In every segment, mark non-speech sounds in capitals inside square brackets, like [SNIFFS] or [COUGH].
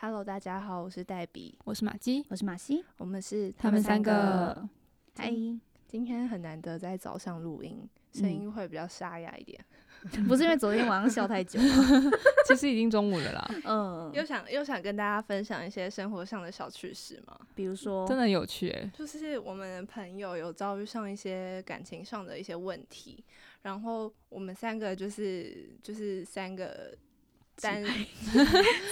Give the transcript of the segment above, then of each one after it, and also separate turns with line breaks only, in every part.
Hello，大家好，我是黛比，
我是马姬，
我是马西，
我们是
他们三个。
嗨，
今天很难得在早上录音，声
嗯
音会比较沙哑一点。
[LAUGHS] 不是因为昨天晚上笑 [LAUGHS] 太久了，
[LAUGHS] 其实已经中午了啦，
嗯，
又想又想跟大家分享一些生活上的小趣事嘛，
比如说
真的很有趣哎、
就是我们的朋友有遭遇上一些感情上的一些问题，然后我们三个就是就是三个单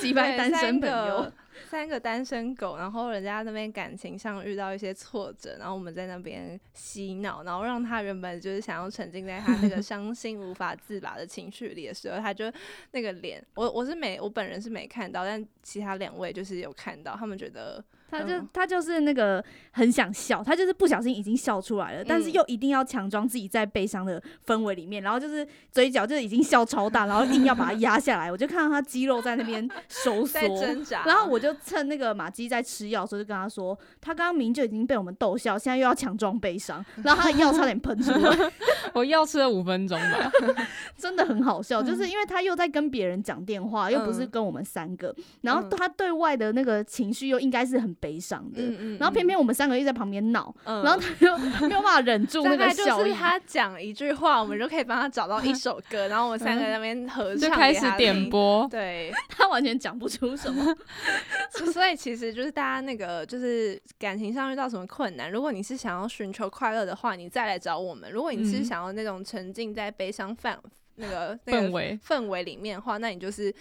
击
一
败单身朋友，，
三个单身狗，然后人家那边感情上遇到一些挫折，然后我们在那边洗脑，然后让他原本就是想要沉浸在他那
[LAUGHS]
个伤心无法自拔的情绪里的时候，他就那个脸，我我是没我本人是没看到，但其他两位就是有看到，他们觉得
他就
嗯
他就是那个很想笑，他就是不小心已经笑出来了，但是又一定要强装自己在悲伤的氛围里面，然后就是嘴角就已经笑超 [LAUGHS] 大，然后硬要把它压下来，我就看到他肌肉在那边收缩 [LAUGHS]
在。挣扎，
然后我就趁那个马基在吃药的时候，就跟他说，他刚刚明明就已经被我们逗笑，现在又要强装悲伤，然后他的药差点喷出来，
我药吃了五分钟
[LAUGHS]
吧，
真的很好笑，就是因为他又在跟别人讲电话，又不是
嗯
跟我们三个，然后
嗯
他对外的那个情绪又应该是很悲伤的，
嗯嗯，
然后偏偏我们三个又在旁边闹，
嗯，
然后他
[LAUGHS]
就没有办法忍住那
大
个
概就
笑
是
意。
他讲一句话，我们就可以帮他找到一首歌，然后我们三个在那边
[LAUGHS]
合
就
唱，
开始点。播。
对，
[LAUGHS] 他完全讲不出什
[LAUGHS]
么，
就所以其实就是大家那个就是感情上遇到什么困难，如果你是想要寻求快乐的话，你再来找我们；如果你是
嗯
想要那种沉浸在悲伤范那个
啊
那
氛
个
围，
氛围里面的话，那你就是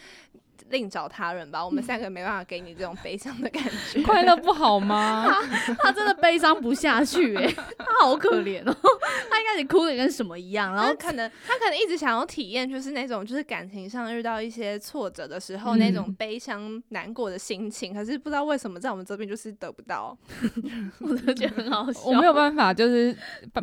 另找他人吧。我们三个没办法给你这种悲伤的感
啊
觉。
快乐不好吗？
[LAUGHS] 他真的悲伤不下去、
[LAUGHS]
欸，他好可怜哦， [LAUGHS] 他一开始哭的跟什么一样，然
然后
后
可能他可能一直想要体验，就是那种就是感情上遇到一些挫折的时候、那种
嗯
悲伤难过的心情，可是不知道为什么在我们这边就是得不到。
我就觉得很
[LAUGHS]
好笑，
我没有办法，就是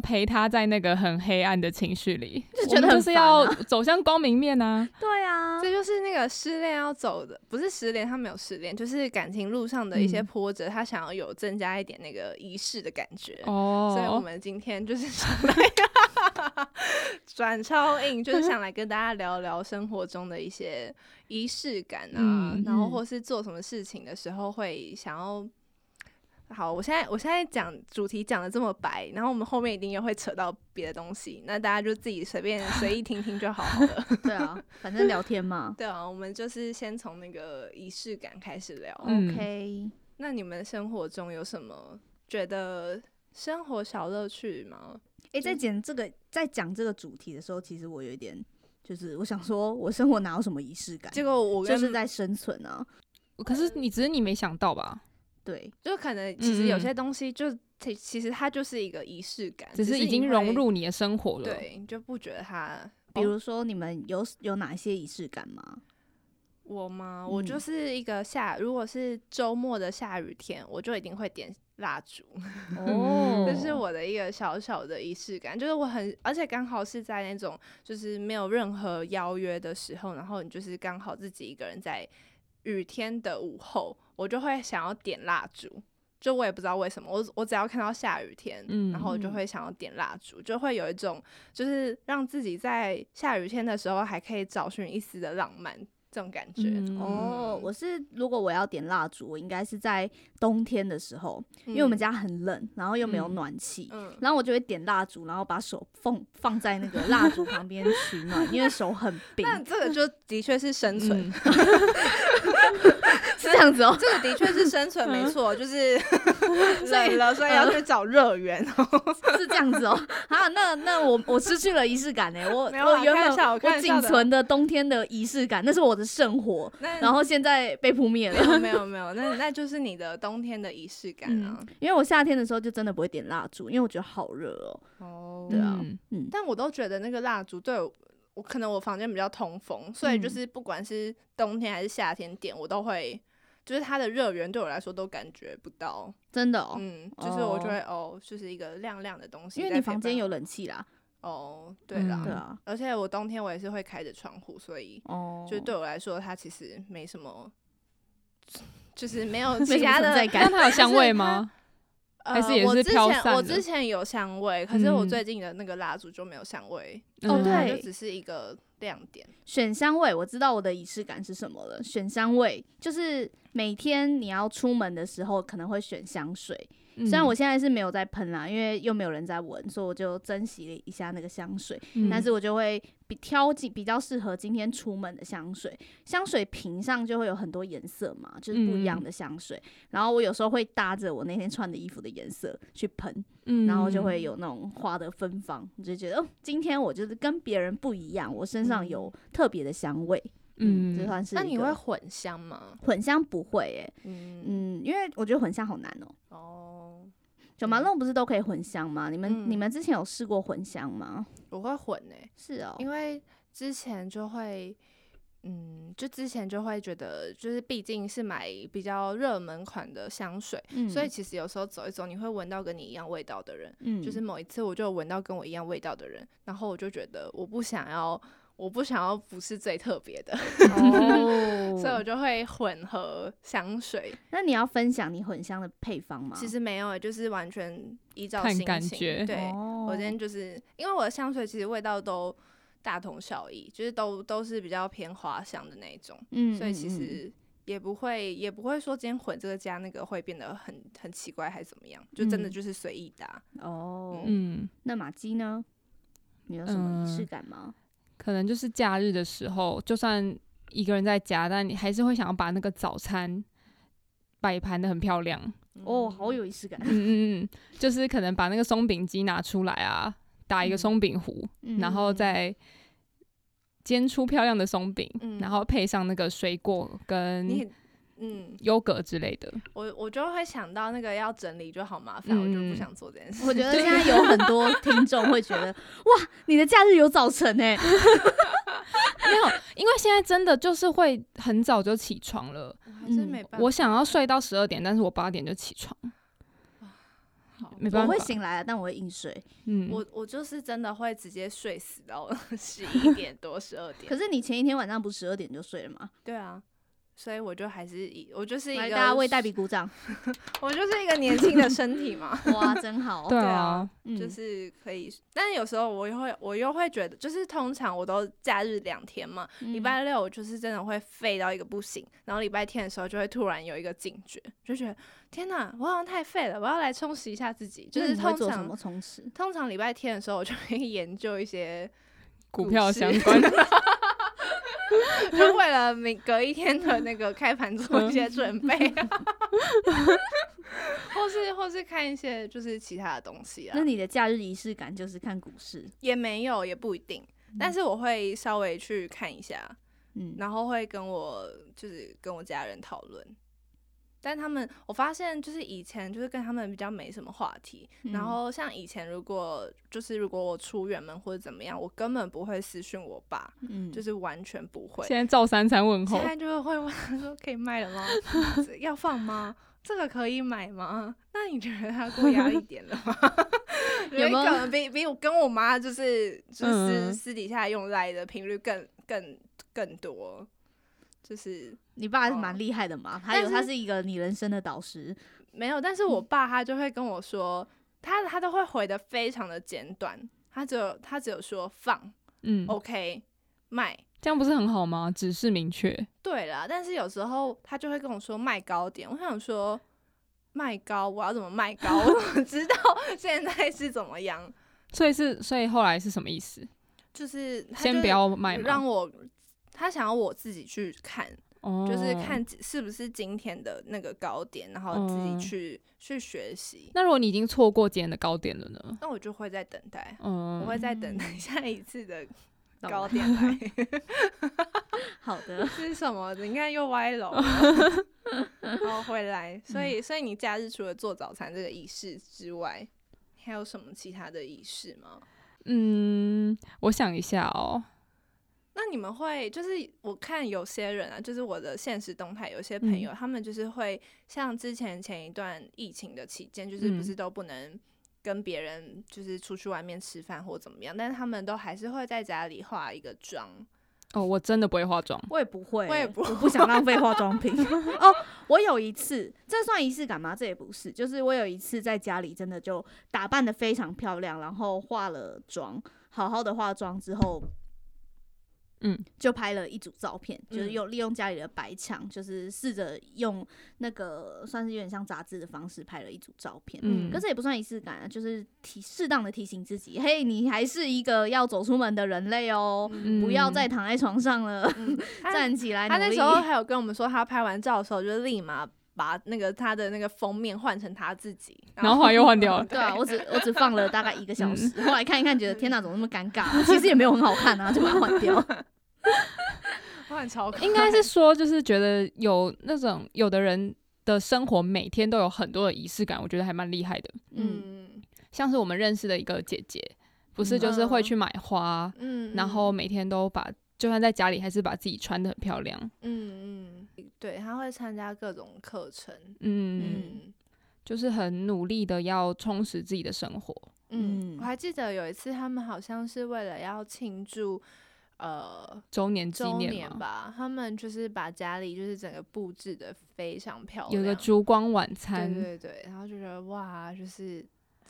陪他在那个很黑暗的情绪里，
[LAUGHS] 就
我
觉得
们
很
就是
烦啊
要走向光明面
[LAUGHS]
啊。
[LAUGHS]
对啊，
这就是那个失恋要走的，不是失恋，他没有失恋，就是感情路上的一些
嗯
波折，他想要有增加一点那个仪式的感觉。所以我
哦，
们今天就是想来 [LAUGHS] 转超硬，就是想来跟大家聊聊生活中的一些仪式感啊，
嗯
然后
嗯
或是做什么事情的时候会想要。好，我现在我现在讲主题讲的这么白，然后我们后面一定又会扯到别的东西，那大家就自己随便随意听听就好了。
对啊，反正聊天嘛。
对啊，我们就是先从那个仪式感开始聊。
嗯
OK，
那你们生活中有什么觉得生活小乐趣吗？
哎、在讲这个，在讲这个主题的时候，其实我有一点，就是我想说，我生活哪有什么仪式感？
结果我跟
就是在生存啊。
可是
呃
你只是你没想到吧？
对，
就可能其实有
嗯嗯
些东西就其其实它就是一个仪式感，
只是
是
已经
你
融
会，
入你的生活了。，
对，你就不觉得它。
比如说你们有有哪一些仪式感吗？
我吗？我就
嗯
是一个下，如果是周末的下雨天，我就一定会点蜡烛，
哦
嗯
这是我的一个小小的仪式感。就是我很，而且刚好是在那种就是没有任何邀约的时候，然后你就是刚好自己一个人在雨天的午后，我就会想要点蜡烛。就我也不知道为什么，我我只要看到下雨天，
嗯
然后我就
嗯
会想要点蜡烛，就会有一种就是让自己在下雨天的时候还可以找寻一丝的浪漫这种感觉。
嗯
哦
嗯，
我是如果我要点蜡烛，我应该是在冬天的时候，
因
因为我们，家很冷，然后又没有
嗯
暖气。
嗯，
然后我就会点蜡烛，然后把手放放在那个蜡烛旁边取暖，因为手很
[LAUGHS]
冰，
那这个就的确是生存，
嗯，
是这样子哦。
这个的确是生存，没错，就是
[LAUGHS] 所以
冷了，所以嗯要去找热
[LAUGHS]
源。
是这样子哦、啊，那那我我失去了仪式感呢、欸我
没有啦
我原
开玩笑
本
我开玩笑
仅
的
存的冬天的仪式感，那是我的圣火，
那
然后现在被扑灭
没
了。 [LAUGHS]
有没有没有，那那就是你的冬天的仪式感啊。
因为我夏天的时候就真的不会点蜡烛，因为我觉得好热哦、
哦
对啊
嗯
嗯，
但我都觉得那个蜡烛对我，我可能我房间比较通风，所以就
嗯
是不管是冬天还是夏天点，我都会，就是它的热源对我来说都感觉不到。
真的哦、
嗯，就是我就
哦
会哦，就是一个亮亮的东西
因
在陪伴我。
为你房间有冷气啦，
哦，对啦，
嗯
对啊，
而且我冬天我也是会开着窗户，所以
哦，
就对我来说，它其实没什么，就是没有
没
其
什么
他
存在
的。 [LAUGHS]
但
感，
它有香味
[LAUGHS]
吗？
呃
还是也是飘散
我
的
之前我之前有香味，可是我
嗯
最近的那个蜡烛就没有香味，
哦
嗯
它
对
就只是一个亮点？
选香味，我知道我的仪式感是什么了。选香味就是每天你要出门的时候，可能会选香水。
嗯
嗯
虽然我现在是没有在喷啦，因为又没有人在闻，所以我就珍惜了一下那个香水。
嗯，
但是我就会比挑几比较适合今天出门的香水，香水瓶上就会有很多颜色嘛，就是不一
嗯
样的香水。然后我有时候会搭着我那天穿的衣服的颜色去喷，
嗯
然后就会有那种花的芬芳，你就觉得哦，今天我就是跟别人不一样，我身上有特别的香味。嗯，这算是
嗯那
一
你
个
会混香吗？
混香不会诶、
嗯，
嗯，因为我觉得混香好难哦、
哦，
九麻弄不是都可以混香吗？你们、
嗯
你们之前有试过混香吗？
我会混诶、
是哦、
因为之前就会，嗯，就之前就会觉得，就是毕竟是买比较热门款的香水，
嗯
所以其实有时候走一走，你会闻到跟你一样味道的人。
嗯
就是某一次，我就有闻到跟我一样味道的人，然后我就觉得我不想要，我不想要不是最特别的， [LAUGHS]
[LAUGHS] 哦
所以我就会混合香水。
那你要分享你混香的配方吗？
其实没有欸，就是完全依照
看
心情。
感觉
对，
哦
我今天就是因为我的香水其实味道都大同小异，就是都都是比较偏花香的那一种，
嗯
所以其
嗯嗯
实也不会也不会说今天混这个加那个会变得很很奇怪还是怎么样，就真的
嗯
就是随意搭。
哦，
嗯，
那马姬呢？你有什么仪式
嗯
感吗？
可能就是假日的时候，就算一个人在家，但你还是会想要把那个早餐摆盘的很漂亮。 [LAUGHS]
哦，好有仪
[LAUGHS]
式感。
嗯嗯嗯，就是可能把那个松饼机拿出来啊，打一个松饼糊，
嗯
然后再煎出漂亮的松饼，
嗯
然后配上那个水果
你
跟
很嗯，
优格之类的。
我我就会想到那个要整理就好麻烦，我就
嗯
不想做这件事。
我觉得现在有很多听众会觉得， [LAUGHS] 哇，你的假日有早晨哎、
没有，因为现在真的就是会很早就起床了。
我啊还真
嗯
没办法，啊
我想要睡到十二点，但是我八点就起床，
好
没
我
办法
会。醒来啊，但我会硬睡。
嗯，
我我就是真的会直接睡死到
[LAUGHS]
十一点多十二点。
可是你前一天晚上不是十二点就睡了吗？
对啊，所以我就还是以我就是一
来，
个
大家为黛比鼓掌！
我就是一个年轻的身体嘛，
哇，真好。
对
[LAUGHS] 对
啊
啊，
嗯
就是可以。但有时候我又会，我又会觉得，就是通常我都假日两天嘛，
嗯
礼、拜六我就是真的会废到一个不行，然后礼拜天的时候就会突然有一个警觉，就觉得天哪，我好像太废了，我要来充实一下自己。就
那
是
你会
通
做什
常
么充实？
通常礼拜天的时候，我就会研究一些 [LAUGHS]
股票
市，
相关
就为了明隔一天的那个开盘做一些准备、
[LAUGHS]
啊，或是或是看一些就是其他的东西啊
那，你的假日仪式感就是看股市，
也没有也不一定，但是我会稍微去看一下，
嗯，
然后会跟我就是跟我家人讨论。但他们，我发现就是以前就是跟他们比较没什么话题，
嗯
然后像以前如果就是如果我出远门或者怎么样，我根本不会私讯我爸，
嗯，
就是完全不会。
[LAUGHS] 现在照三餐问候
现，在就会问他说：“可以卖了
[LAUGHS]
吗？这要放吗？这个可以买吗？”那你觉得他过压力点了
[LAUGHS]
吗？
有没有
一个比比我跟我妈就是就是私
嗯
私底下用来的频率更更更多，就是
你爸还是蛮厉害的嘛，还有
但是
他哦是一个你人生的导师，
没有。但是
嗯
我爸他就会跟我说，他他都会回的非常的简短，他只有他只有说放
嗯，
OK 卖。
这样不是很好吗？指示明确，
对啦，但是有时候他就会跟我说卖高点，我想说卖高，我要怎么卖高？ [LAUGHS] 我怎么知
[LAUGHS]
道现在是怎么样？
所以是，所以后来是什么意思？
就是他
先
就
不要买吗
让？我，他想要我自己去看，
哦
就是。看是不是今天的那个高点，然后自己
嗯
去、去学习。
那如果你已经错过今天的高点了呢？
那我就会在等待，
嗯，
我会在等待 [LAUGHS] 下一次的
懂
高
了
点来。
[LAUGHS] 好的，
是什么？你看又歪楼了，然后回来。所以，所以你假日除了做早餐这个仪式之外，你还有什么其他的仪式吗？
嗯，我想一下哦，
那你们会就是我看有些人啊，就是我的现实动态，有些朋友、他们就是会像之前前一段疫情的期间，就是
嗯
不是都不能跟别人就是出去外面吃饭或怎么样，但是他们都还是会在家里化一个妆。
哦，我真的不会化妆，
[LAUGHS] 我也不会，
我也不
我不想浪费化妆 [LAUGHS] 品。哦，我有一次，这算仪式感吗？这也不是，就是我有一次在家里真的就打扮的非常漂亮，然后化了妆，好好的化妆之后。
嗯，
就拍了一组照片，就是
嗯
用利用家里的白墙，就是试着用那个算是有点像杂志的方式拍了一组照片。
嗯
可是也不算仪式感啊，就是提适当的提醒自己，嘿，你还是一个要走出门的人类哦，
嗯
不要再躺在床上了，站起
嗯
来
他
努
那
力
时候
[LAUGHS]
还有跟我们说，他拍完照的时候就立马把那个他的那个封面换成他自己，
然后后来又
[LAUGHS]
换掉了
[LAUGHS] 对啊，我只我只放了大概一个小时，
嗯
后来看一看，觉得天哪，怎么那么尴尬、啊？其实也没有很好
[LAUGHS]
看啊，就把它换掉。
换超快
应
[LAUGHS]
该是说，就是觉得有那种有的人的生活每天都有很多的仪式感，我觉得还蛮厉害的。
嗯，
嗯
像是我们认识的一个姐姐，不是就是会去买花，
嗯，
然后每天都把就算在家里还是把自己穿的很漂亮。
嗯嗯，对，他会参加各种课程，
嗯，
嗯
就是很努力的要充实自己的生活。
嗯
嗯，
我还记得有一次他们好像是为了要庆祝。呃，
周年纪
周
念
年
嘛，
吧，他们就是把家里就是整个布置的非常漂亮，
有个烛光晚餐。
对对对，然后就觉得哇，就是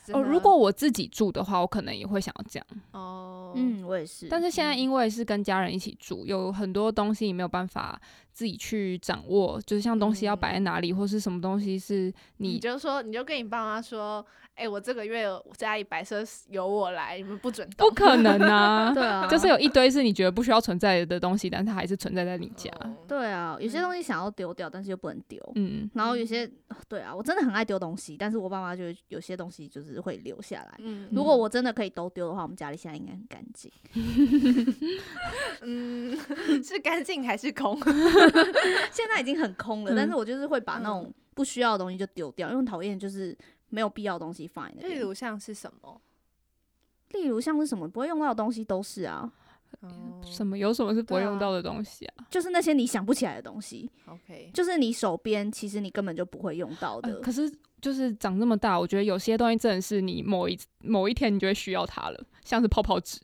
真
哦，
的
如果我自己住的话，我可能也会想要这样。
哦，
嗯，我也是。
但是现在
嗯
因为是跟家人一起住，有很多东西你没有办法自己去掌握，就是像东西要摆在哪里，或是什么东西是
你
嗯
你
嗯就说，你就跟你爸妈说，哎、我这个月我家里白色由我来，你们不准动 [LAUGHS]
不。可能啊。
对啊，
就是有一堆是你觉得不需要存在的东西，但它还是存在在你家。
哦
对啊，有些
嗯
东西想要丢掉，但是又不能丢。
嗯，
然后有些对啊，我真的很爱丢东西，但是我爸妈就会有些东西就是会留下来。
嗯
如果我真的可以都丢的话，我们家里现在应该很干净。
嗯 [LAUGHS] 是干净还是
[LAUGHS]
空？
现在已经很空了，
嗯
但是我就是会把那
嗯
种不需要的东西就丢掉，因为很讨厌就是没有必要的东西放在那
例
边。
如像是什么？
例如像是什么不会用到的东西都是啊，
哦
什么有什么是不会
对啊
用到的东西啊？
就是那些你想不起来的东西，
？OK，
就是你手边其实你根本就不会用到
呃
嗯
的。
可是就是长这么大，我觉得有些东西真的是你某一某一天你就会需要它了，像是泡泡纸。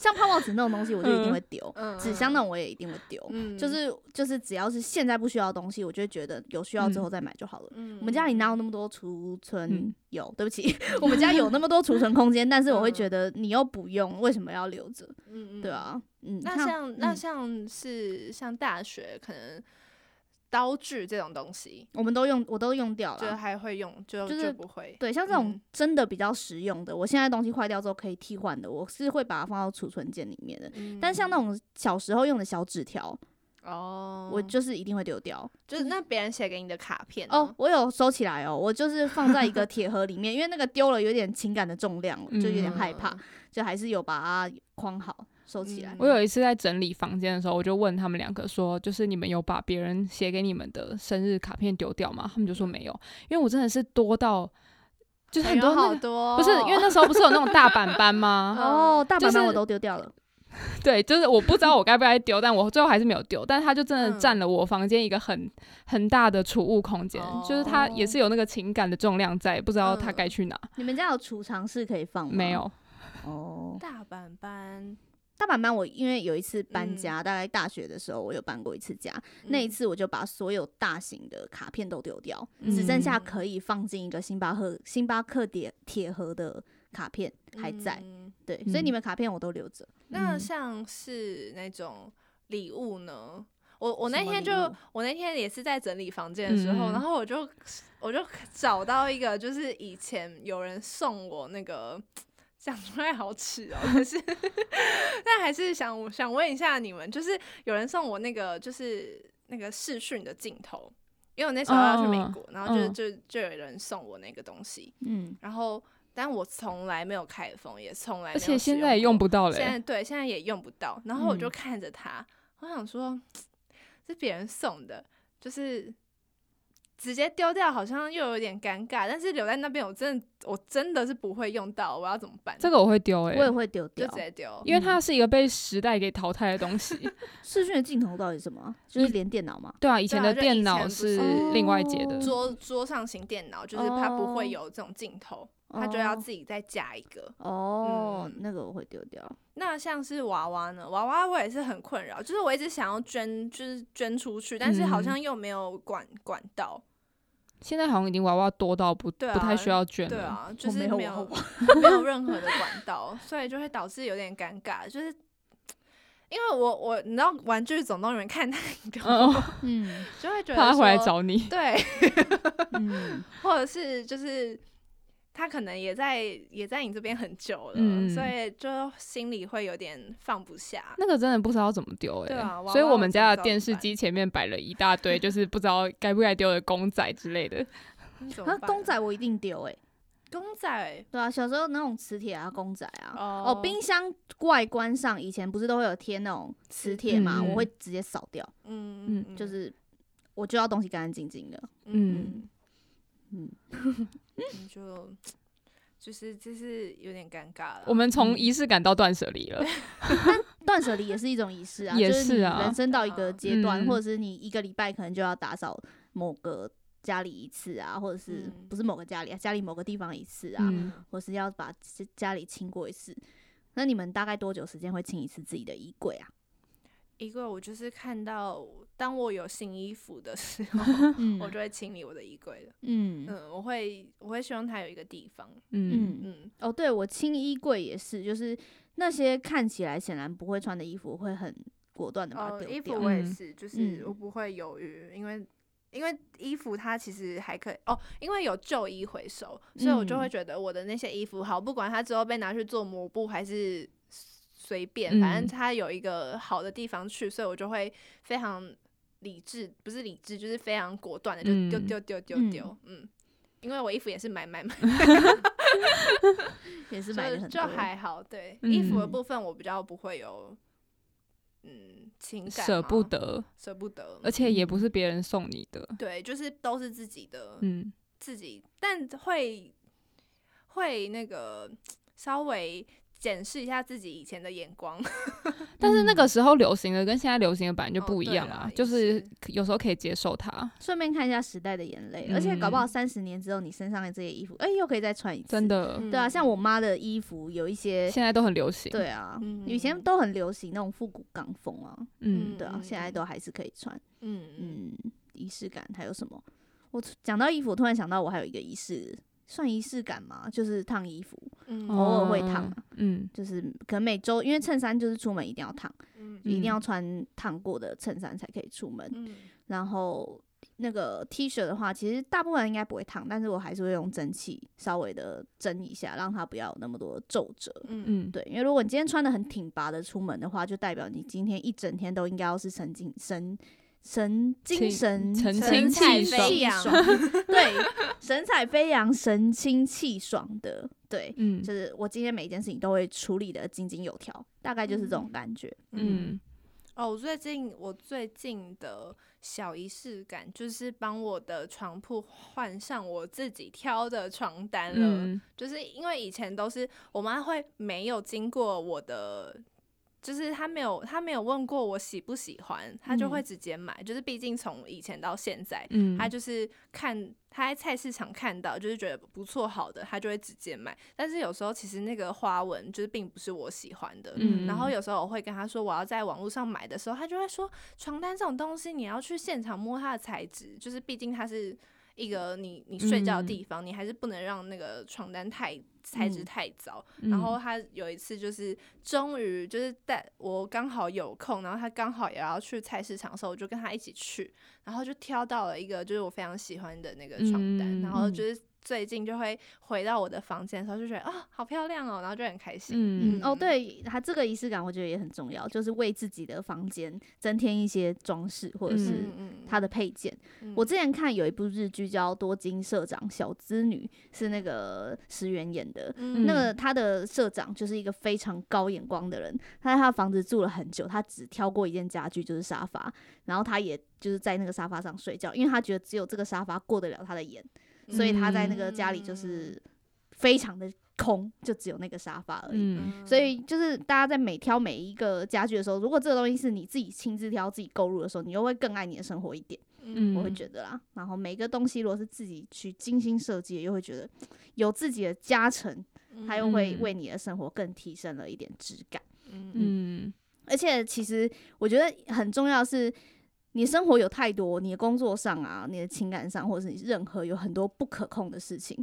像泡泡纸那种东西，我就一定会丢，
嗯
纸箱那种我也一定会丢。
嗯
就是就是只要是现在不需要的东西，我就会觉得有需要之后再买就好了。
嗯
我们家里哪有那么多储存
嗯？
有，对不起， [LAUGHS] 我们家有那么多储存空间，但是我会觉得你又不用，为什么要留着？
嗯
对。啊，嗯，
那
像
像那
嗯
像是像大学可能刀具这种东西，
我们都用，我都用掉
就
了。
还会用，就
就是
不会。
对，像这种
嗯
真的比较实用的，我现在东西坏掉之后可以替换的，我是会把它放到储存间里面的。但像那种小时候用的小纸条，
嗯哦，
我就是一定会丢掉。
就是那别人写给你的卡片啊呢
哦，，我有收起来哦，我就是放在一
[LAUGHS]
个铁盒里面，因为那个丢了有点情感的重量，就有点害怕，
嗯
就还是有把它框好收起来。
嗯
我有一次在整理房间的时候，我就问他们两个说，就是你们有把别人写给你们的生日卡片丢掉吗？他们就说没有，因为我真的是多到就
嗯
是
哎
很
呦
多、那
好
个
多哦，
不是因为那时候不是有那种大板
嗯
班吗？
哦，大
就
版
是
本我都丢掉了， [LAUGHS]
[LAUGHS] 对，就是我不知道我该不该丢，但我最后还是没有丢。但它就真的
嗯
占了我房间一个很很大的储物空间，就是它也
哦
是有那个情感的重量在，不知道它该
嗯
去哪。
你们家有储藏室可以放吗？
没。有，
哦，
大阪
嗯
班
大版本我因为有一次搬家，大概大学的时候我有搬过一次家，那一
嗯
次我就把所有大型的卡片都丢掉，
嗯
只剩下可以放进一个星巴克星巴克铁铁盒的卡片还在。
嗯
对，所以
嗯
你们卡片我都留着。
那
嗯
像是那种礼物呢？我我
什
那
么
天
礼
就
物
我那天也是在整理房间的时候，
嗯嗯
然后我就我就找到一个，就是以前有人送我那个。讲出来好耻哦、但是 [LAUGHS] 但还是想想问一下你们，就是有人送我那个就是那个视讯的镜头，因为我那时候要去美
嗯
国，然后就
嗯
就就有人送我那个东西，
嗯，
然后但我从来没有开封，也从来
而
没
且
有
现
使
在也用
过
不到了、
现在
欸。
对，现在也用不到。然后我就
嗯
看着它，我想说，是别人送的，就是直接丢掉，好像又有点尴尬。但是留在那边，我真的我真的是不会用到，我要怎么办？
这个我会丢诶、
我也会丢
就
掉
直。接丢。
因为它是一个被时代给淘汰的东西。
[LAUGHS]
视讯的镜头到底是什么啊？就是连电脑嘛。
对啊，以前的
对啊就以
电
前
脑
不
是
是
另外接的。
哦
桌桌上型电脑就是它不
哦
会有这种镜头，它就
哦
要自己再架一个。
哦，
嗯
那个我会丢掉。
那像是娃娃呢？娃娃我也是很困扰，就是我一直想要捐，就是捐出去，但是好
嗯
像又没有管管到。
现在好像已经娃娃多到不、
对啊
不太需要捐
对
了。
啊，就
我
是
没
没
有
有
我
没有任何的管道，所以就会导致有点尴尬，就是因为我我你知道《玩具总动员》看太多， [LAUGHS]
嗯
嗯
就会觉得
怕他回来
说
找你。
对，
嗯，
[LAUGHS] 或者是就是他可能也在也在你这边很久了，
嗯
所以就心里会有点放不下。
那个真的不知道怎么丢哎、
对啊
所以
娃娃
我们
我
家
真的不知
的
道
电
怎
视
么办
机前面摆了一大堆，就是不知道该不该丢的公仔之
[LAUGHS]
类的。
那怎么
那
办
啊
啊
公仔我一定丢哎、
公仔
对啊，小时候那种磁铁啊，公仔啊，
哦
哦，冰箱外观上以前不是都会有贴那种磁铁嘛，
嗯嗯
我会直接扫掉，
嗯
嗯
嗯，
就是我就要东西干干净净的。
嗯
嗯，
你就 [SNIFFS] 就是就是有点尴尬了。
我们从
嗯
仪式感到断舍离了，
断舍离也是一种仪式啊，
也
就是你
啊
人生到一个阶段，
嗯
或者是你一个礼拜可能就要打扫某个家里一次啊，或者是
嗯
不是某个家里啊，家里某个地方一次啊，
[LAUGHS]
嗯，
或是要把家家里清过一次。那你们大概多久时间会清一次自己的衣柜啊？，
衣柜，我就是看到当我有新衣服的时候
[LAUGHS] 嗯
我就会清理我的衣柜了。
嗯
嗯，我会我会希望它有一个地方。
嗯，
嗯
嗯，
哦，对我清衣柜也是，就是那些看起来显然不会穿的衣服，会很果断的把它
哦，
丢
衣服
掉。
我也
嗯
是，就是
嗯
我不会犹豫，因为因为衣服它其实还可以哦，因为有旧衣回收，所以我就会
嗯
觉得我的那些衣服好，不管它之后被拿去做抹布还是随便，反
嗯
正它有一个好的地方去，所以我就会非常理智，不是理智，就是非常果断的就丢
嗯
丢丢丢
嗯
丢，嗯。因为我衣服也是买买买，
也是买了
就
很
就
多。
还好。对、衣服的
嗯
部分，我比较不会有，嗯，情感
舍不
吗，
得，
舍不得，
而且也不
嗯
是别人送你的。
对，就是都是自己的，
嗯，
自己，但会会那个稍微检视一下自己以前的眼光，
但是那
嗯
个时候流行的跟现在流行的版就
哦
不一
对
样
啦
啊，
也
就是
是
有时候可以接受它，
顺便看一下时代的眼泪，而且搞不好
嗯
三十年之后，你身上的这些衣服，哎、又可以再穿一次。
真，的，
对啊，像我妈的衣服有一些，
现在都很流行。
对啊，
嗯
以前都很流行那种复古港风啊，
嗯，
对啊，
嗯
现在都还是可以穿。
嗯嗯
嗯，仪式感还有什么？我突讲到衣服，突然想到我还有一个仪式，算仪式感吗？就是烫衣服，
嗯
偶尔会烫
哦
啊，
嗯，
就是可能每周，因为衬衫就是出门一定要烫，
嗯
一定
嗯
要穿烫过的衬衫才可以出门。
嗯
然后那个 T 恤的话，其实大部分应该不会烫，但是我还是会用蒸汽稍微的蒸一下，让它不要有那么多皱褶。
嗯
嗯，
对，因为如果你今天穿的很挺拔的出门的话，就代表你今天一整天都应该要是神经神神精
清
神
神
清气爽
气爽， [LAUGHS] 对，神采飞扬、神清气爽的，对，
嗯
就是我今天每一件事情都会处理的井井有条，大概就是这种感觉。
嗯
哦，我最近我最近的小仪式感就是帮我的床铺换上我自己挑的床单了，
嗯
就是因为以前都是我妈会没有经过我的，就是她没有她没有问过我喜不喜欢，她就会
嗯
直接买。就是毕竟从以前到现在，
嗯，
她就是看她在菜市场看到，就是觉得不错好的，她就会直接买。但是有时候其实那个花纹就是并不是我喜欢的。
嗯
然后有时候我会跟她说我要在网络上买的时候，她就会说床单这种东西你要去现场摸它的材质，就是毕竟它是一个你你睡觉的地方，你还是不能让那个床单太材质
嗯
太糟。
嗯嗯
然后他有一次就是终于就是带我刚好有空，然后他刚好也要去菜市场的时候，我就跟他一起去，然后就挑到了一个就是我非常喜欢的那个床单，
嗯
然后就是最近就会回到我的房间的时候就觉得啊、好漂亮哦，然后就很开心。
嗯
哦，，对，它这个仪式感我觉得也很重要，就是为自己的房间增添一些装饰或者是
嗯嗯，
它的配件。我之前看有一部日剧叫《多金社长小资女》，是那个石原演的。
嗯
那个他的社长就是一个非常高眼光的人，他在他的房子住了很久，他只挑过一件家具就是沙发，然后他也就是在那个沙发上睡觉，因为他觉得只有这个沙发过得了他的眼，所以他在那个家里
嗯
就是非常的空，就只有那个沙发而已。
嗯
所以就是大家在每挑每一个家具的时候，如果这个东西是你自己亲自挑、自己购入的时候，你又会更爱你的生活一点，
嗯
我会觉得啦。然后每个东西如果是自己去精心设计的，又会觉得有自己的加成，它又会
嗯
为你的生活更提升了一点质感。
嗯嗯
嗯
而且其实我觉得很重要的是，你生活有太多，你的工作上啊，你的情感上，或者是你任何有很多不可控的事情，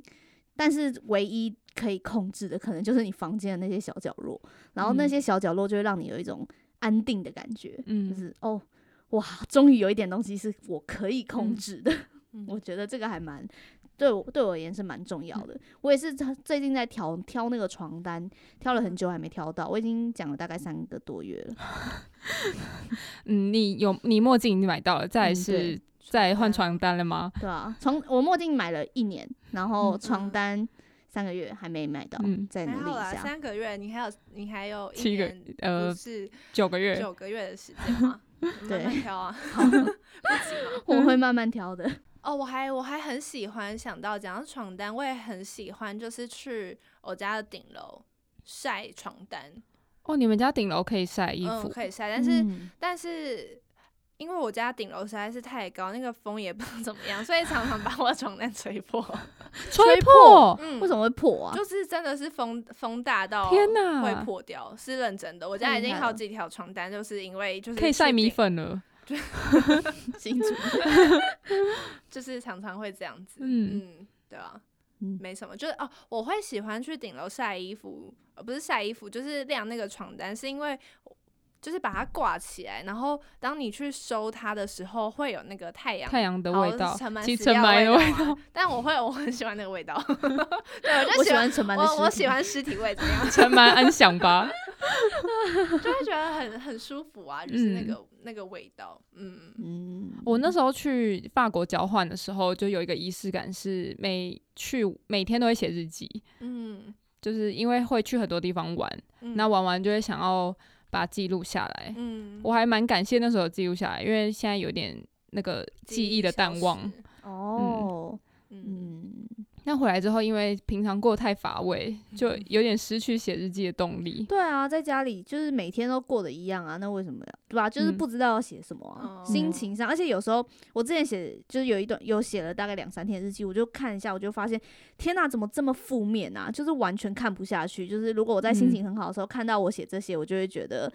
但是唯一可以控制的，可能就是你房间的那些小角落，然后那些小角落就会让你有一种。安定的感觉，就
嗯，
是哦，哇，终于有一点东西是我可以控制的。
嗯
我觉得这个还蛮对我对我而言是蛮重
嗯
要的。我也是最近在挑挑那个床单，挑了很久还没挑到，我已经讲了大概三个多月了。
嗯，你有你墨镜已经买到了，再来
嗯
是
对
再换
床
床单了吗？
对啊，从我墨镜买了一年，然后
嗯
床单三个月还没买到，
嗯
再努
还
力
好啦，
一下。
三个月，你还有你还有一
七个
年
呃
不是
九个月，
九个月的时间吗？慢慢挑啊，
[LAUGHS] 我会慢慢挑的。
哦，我还我还很喜欢想到讲到床单，我也很喜欢，就是去我家的顶楼晒床单，
哦，你们家顶楼可以晒衣
嗯，
服，
可以晒，但是、
嗯
但是。因为我家顶楼实在是太高，那个风也不知道怎么样，所以常常把我的床单吹破。
吹
吹
破，
嗯
为什么会破啊？
就是真的是风风大到
天哪
嗯会破掉，是认真的。我家已经好几条床单，就是因为就是
可以晒
去
米
顶，
粉了。
清楚。
就是常常会这样子。
嗯
嗯，对啊，
嗯
没什么，就是哦，我会喜欢去顶楼晒衣服，呃，不是晒衣服，就是晾那个床单，是因为。就是把它挂起来，然后当你去收它的时候，会有那个太阳
太阳的
好
味
像
道
是尘，螨
其
死
实尘
掉
螨
的
的味
道 [LAUGHS]
道
啊，，但我会，我很喜欢那个味道。 [LAUGHS] 对，我就
[LAUGHS] 我
喜
喜
欢，
欢陈曼的
我我
尸体
喜欢尸体味怎么样？
尘螨安
[LAUGHS]
详吧。
就啊会觉得很很舒服
[LAUGHS]
啊，就是那
嗯
个、那个味道，嗯，
嗯，
我那时候去法国交换的时候，就有一个仪式感，是每去每天都会写日记，
嗯，
就是因为会去很多地方玩，
嗯
那玩完就会想要把它记录下来。
嗯，
我还蛮感谢那时候有记录下来，因为现在有点那个记忆的淡
消
忘
失。，
哦，
嗯，
嗯，
那回来之后，因为平常过得太乏味，就
嗯
有点失去写日记的动力。
对啊，在家里就是每天都过得一样啊，那为什么要对吧？就是
嗯
不知道要写什么啊、
哦
心情上，而且有时候我之前写就是有一段有写了大概两三天日记，我就看一下，我就发现天呐，怎么这么负面啊？就是完全看不下去。就是如果我在心
嗯
情很好的时候、看到我写这些，我就会觉得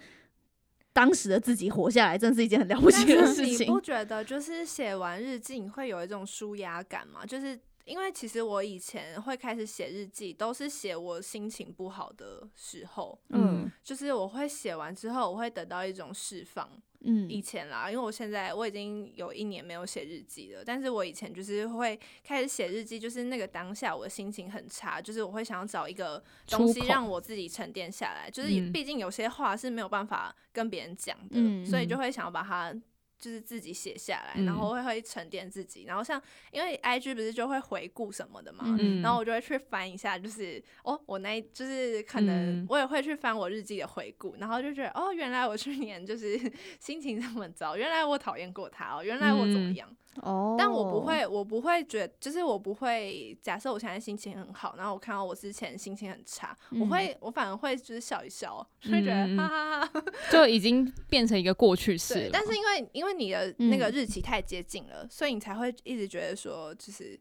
当时的自己活下来，真是一件很了不起的
但是
事
你
情
不。觉得就是写完日记你会有一种舒压感吗？就是因为其实我以前会开始写日记，都是写我心情不好的时候，
嗯
就是我会写完之后，我会得到一种释放。以
嗯
前啦，因为我现在我已经有一年没有写日记了，但是我以前就是会开始写日记，就是那个当下我的心情很差，就是我会想要找一个东
出
西
口
让我自己沉淀下来，就是
嗯
毕竟有些话是没有办法跟别人讲的，
嗯
所以就会想要把它。就是自己写下来，
嗯
然后会会沉淀自己，然后像因为 I G 不是就会回顾什么的嘛，
嗯
然后我就会去翻一下，就是哦，我那一就是可能
嗯
我也会去翻我日记的回顾，然后就觉得哦，原来我去年就是 [LAUGHS] 心情这么糟，原来我讨厌过他哦，原来我怎么
嗯
样？
哦，
但我不会，我不会觉就是我不会。假设我现在心情很好，然后我看到我之前心情很差，我
嗯
会我反而会就是笑一笑，哦就会觉得
嗯嗯嗯
哈哈哈哈。
就已经变成一个过去式
对
了，。
但是因为因为你的那个
嗯
日期太接近了，所以你才会一直觉得说就是。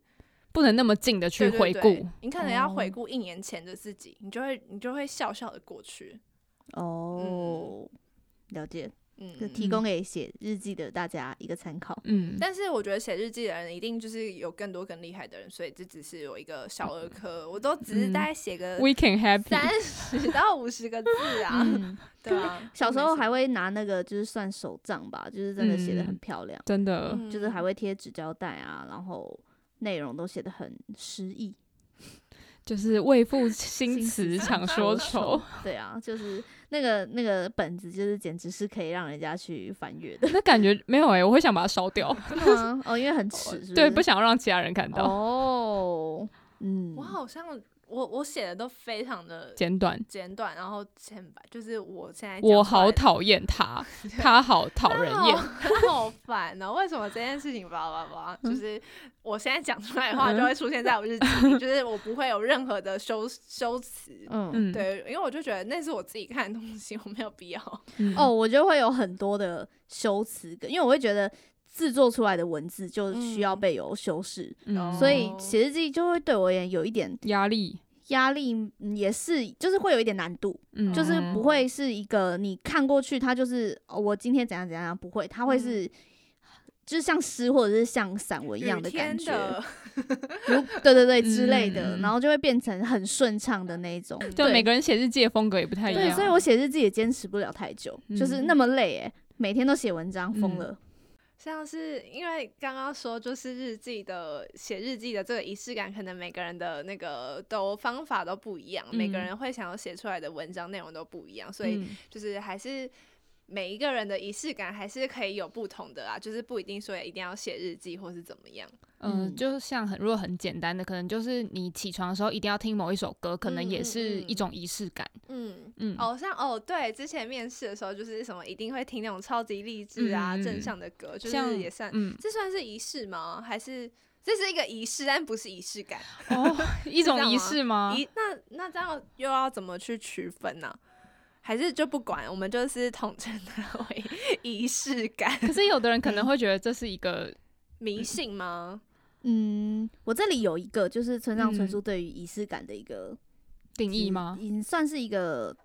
不能那么近的去
对
回
对
顾
对。你可能要
哦
回顾一年前的自己，你就会你就会笑笑的过去。
哦，了解，就
嗯，
提供给写日记的大家一个参考。
嗯，
但是我觉得写日记的人一定就是有更多更厉害的人，所以这只是有一个小儿科，我都只是大概写个
we can happy。
三十到五十个字啊，
嗯，
对啊，
小时候还
会
会拿那个就是算手账吧，就是真的写的很
嗯
漂亮，
真的，
嗯
就是还会贴纸胶带啊，然后内容都写的很诗意。
就是为
[LAUGHS]
赋新词
[LAUGHS]
强说愁。，
对啊，就是那个那个本子，就是简直是可以让人家去翻阅
[LAUGHS]
的
那感觉没有哎、我会想把它
[LAUGHS]
烧掉，
吗？ [LAUGHS] 哦，因为很迟，是
对，
不
不
是
想要让其他人看到。
哦，嗯
我，好像我我写的都非常的
简短，
简短，然后浅白，就是我现在讲
我
出来哦
好
的 [LAUGHS]
讨厌他，他好讨人厌。
好 [LAUGHS] 好烦哦！为什么这件事情吧吧吧，就是我现在讲出来的话就会出现在我日记里，就是我不会有任何的修修辞。
嗯。
嗯，
对，因为我就觉得那是我自己看的东西，我没有必要。
嗯，
哦，我就会有很多的修辞感，因为我会觉得制作出来的文字就需要
嗯
被有修饰，
嗯
所以
哦
写日记就会对我而言有一点
压力，
压力，嗯也是就是会有一点难度，
嗯，
就是不会
嗯
是一个你看过去它就是、哦、我今天怎样怎样，不会，它会是就是像诗或者是像散文一样
雨
感
天
觉，
的，
如对对对之类的，
嗯嗯
然后就会变成很顺畅的那一种。
就
对
每个人写日记的风格也不太一
对，
样。
所以我写日记也坚持不了太久，就是
嗯
那么累哎、每天都写文章，疯
嗯
了。
像是因为刚刚说就是日记的写日记的这个仪式感，可能每个人的那个都方法都不一样，每个
嗯
人会想要写出来的文章内容都不一样，所以
嗯
就是还是每一个人的仪式感还是可以有不同的啊，就是不一定说一定要写日记或是怎么样。
嗯、
嗯
就是像很如果很简单的，可能就是你起床的时候一定要听某一首歌，可能
嗯
也
嗯
是
嗯
一种仪式感。
嗯，
嗯，
哦，像哦，对，之前面试的时候就是什么一定会听那种超级励志啊、
嗯嗯嗯
正向的歌，就
像
是也算，
嗯
这算是仪式吗？还是这是一个仪式，但不是仪式感？ [LAUGHS]
哦，一
这
种
样
仪
吗
式吗？
仪、那那这样又要怎么去区分呢、还是就不管，我们就是统称它为 [LAUGHS] 仪式感
可是有的人可
嗯
能会觉得这是一个，
迷信吗？
嗯，我这里有一个就是村上春
嗯
树对于仪式感的一个
定义吗
嗯，算是一个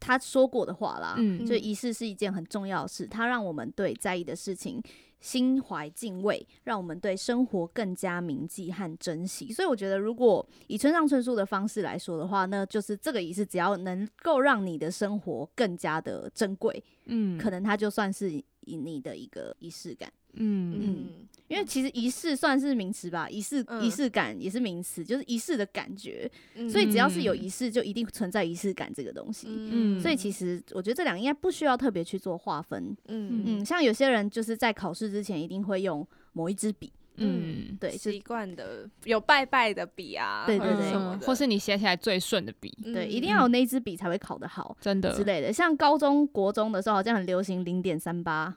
他说过的话啦。
嗯
就仪式是一件很重要的事，它让我们对在意的事情心怀敬畏，让我们对生活更加铭记和珍惜。所以我觉得，如果以村上春树的方式来说的话，那就是这个仪式只要能够让你的生活更加的珍贵，
嗯
可能它就算是你的一个仪式感。
嗯
嗯，
因为其实仪式算是名词吧，仪式仪、
嗯
式感也是名词，就是仪式的感觉。
嗯
所以只要是有
嗯
仪式，就一定存在仪式感这个东西。
嗯
所以其实我觉得这两个应该不需要特别去做划分。
嗯
嗯，像有些人就是在考试之前一定会用某一支笔，
嗯，
对，就
习惯的有拜拜的笔啊，
对
或者
对
什么
嗯
的，
或是你写起来最顺的笔，
对，
嗯
一定要有那一支笔才会考得好
真的
之类的。像高中国中的时候，好像很流行零点三八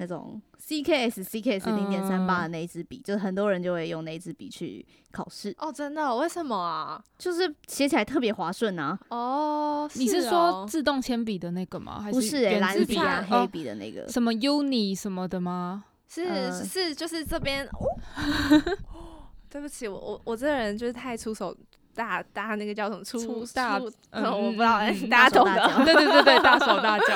那种 CKS
嗯
CKS 零点三八的那一支笔，就是很多人就会用那一支笔去考试，
哦，真的哦、为什么啊？
就是写起来特别滑顺啊。
哦，
你
是
是说
哦欸
自动铅笔的那个吗？还
不是诶、
圆
蓝
珠
笔
笔
啊、
哦
黑笔的那个，
什么 uni 什么的吗？
是、
呃
是就是这边、哦对不起，我我我这个人就是太出手大大那个叫什么出
粗大
粗
嗯
哦 [LAUGHS] 我
嗯
不知 [LAUGHS] 道，
嗯嗯
大家
大手
懂
大
的。
脚
对对对
[LAUGHS]
对，大手大脚。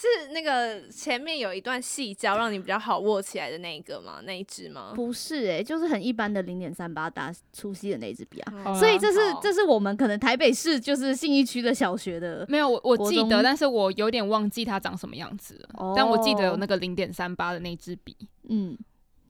是那个前面有一段细胶，让你比较好握起来的那一个吗？那一只吗？
不是诶、就是很一般的零点三八打粗细的那一支笔啊。
嗯
好啦
所以这是
好
这是我们可能台北市就是信义区的小学的
没有，我我
国
记
中
得，但是我有点忘记它长什么样子了。
哦
嗯但我记得有那个零点三八的那支笔。
嗯，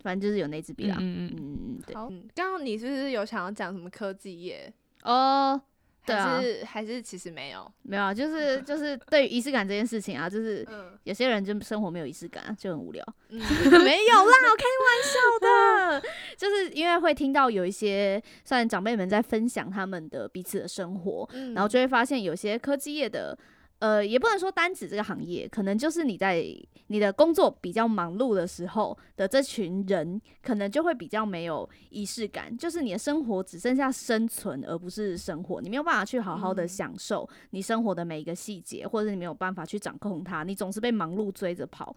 反正就是有那支笔啦。嗯
嗯嗯嗯，
嗯，对。
好。嗯刚刚你是不是有想要讲什么科技业？
哦，对啊
还是还是其实没有。
没有啊，就是就是对于仪式感这件事情啊，就是
嗯
有些人就生活没有仪式感，啊就很无聊。
嗯
[LAUGHS] 没有啦，我开玩笑的， [LAUGHS] 就是因为会听到有一些算长辈们在分享他们的彼此的生活，
嗯
然后就会发现有些科技业的，呃，也不能说单指这个行业，可能就是你在你的工作比较忙碌的时候的这群人，可能就会比较没有仪式感，就是你的生活只剩下生存，而不是生活，你没有办法去好好的
嗯
享受你生活的每一个细节，或者是你没有办法去掌控它，你总是被忙碌追着跑。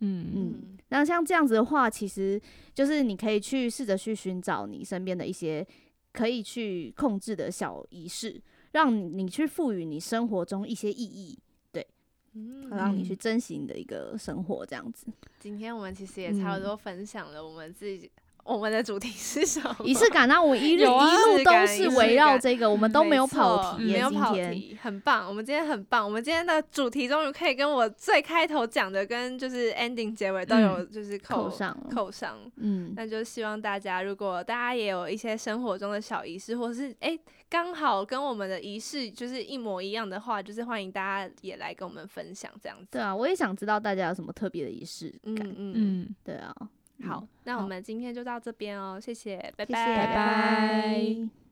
嗯
嗯那像这样子的话，其实就是你可以去试着去寻找你身边的一些可以去控制的小仪式，让你你去赋予你生活中一些意义，
嗯
让你
嗯
去珍惜你的一个生活，这
[LAUGHS]
样子。
今天我们其实也差不
嗯
多分享了我们自己，我们的主题是什么？
仪式感，那
[LAUGHS]
我一日、
有啊
一
仪
路
式
都
感
是
仪式
围绕
感
这
[LAUGHS]
个，我们都没有跑
错
题
没
耶。
有
今
跑
天
题，很棒。我们今天很棒，我们今天的主题终于可以跟我最开头讲的跟就是 ending 结尾都有就是扣
嗯扣上了，
扣上。
嗯，
那就希望大家，如果大家也有一些生活中的小仪式，或是诶刚、好跟我们的仪式就是一模一样的话，就是欢迎大家也来跟我们分享这样子。
对啊，我也想知道大家有什么特别的仪式
嗯
感。
嗯嗯，
嗯，
对啊，嗯
好，那我
好
们今天就到这边哦，谢谢，拜
嗯谢谢，
拜
拜拜